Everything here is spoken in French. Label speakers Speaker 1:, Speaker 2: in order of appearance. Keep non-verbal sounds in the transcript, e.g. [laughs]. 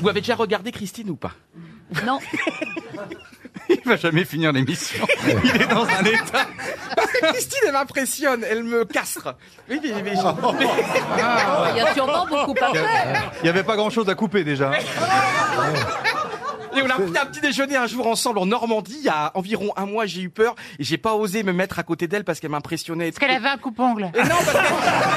Speaker 1: Vous avez déjà regardé Christine ou pas
Speaker 2: Non.
Speaker 1: Il va jamais
Speaker 3: [laughs]
Speaker 1: finir l'émission. Il est dans un état.
Speaker 4: Parce que [laughs] Christine, elle m'impressionne, elle me castre. Oui, mais, mais- mais-
Speaker 1: [laughs]
Speaker 2: Il y a sûrement beaucoup à faire.
Speaker 3: Il n'y avait pas grand-chose à couper déjà.
Speaker 4: Et on a pris un petit déjeuner un jour ensemble en Normandie. Il y a environ un mois, j'ai eu peur et j'ai pas osé me mettre à côté d'elle parce qu'elle m'impressionnait.
Speaker 5: qu'elle avait un coupongle.
Speaker 4: Et non, parce que-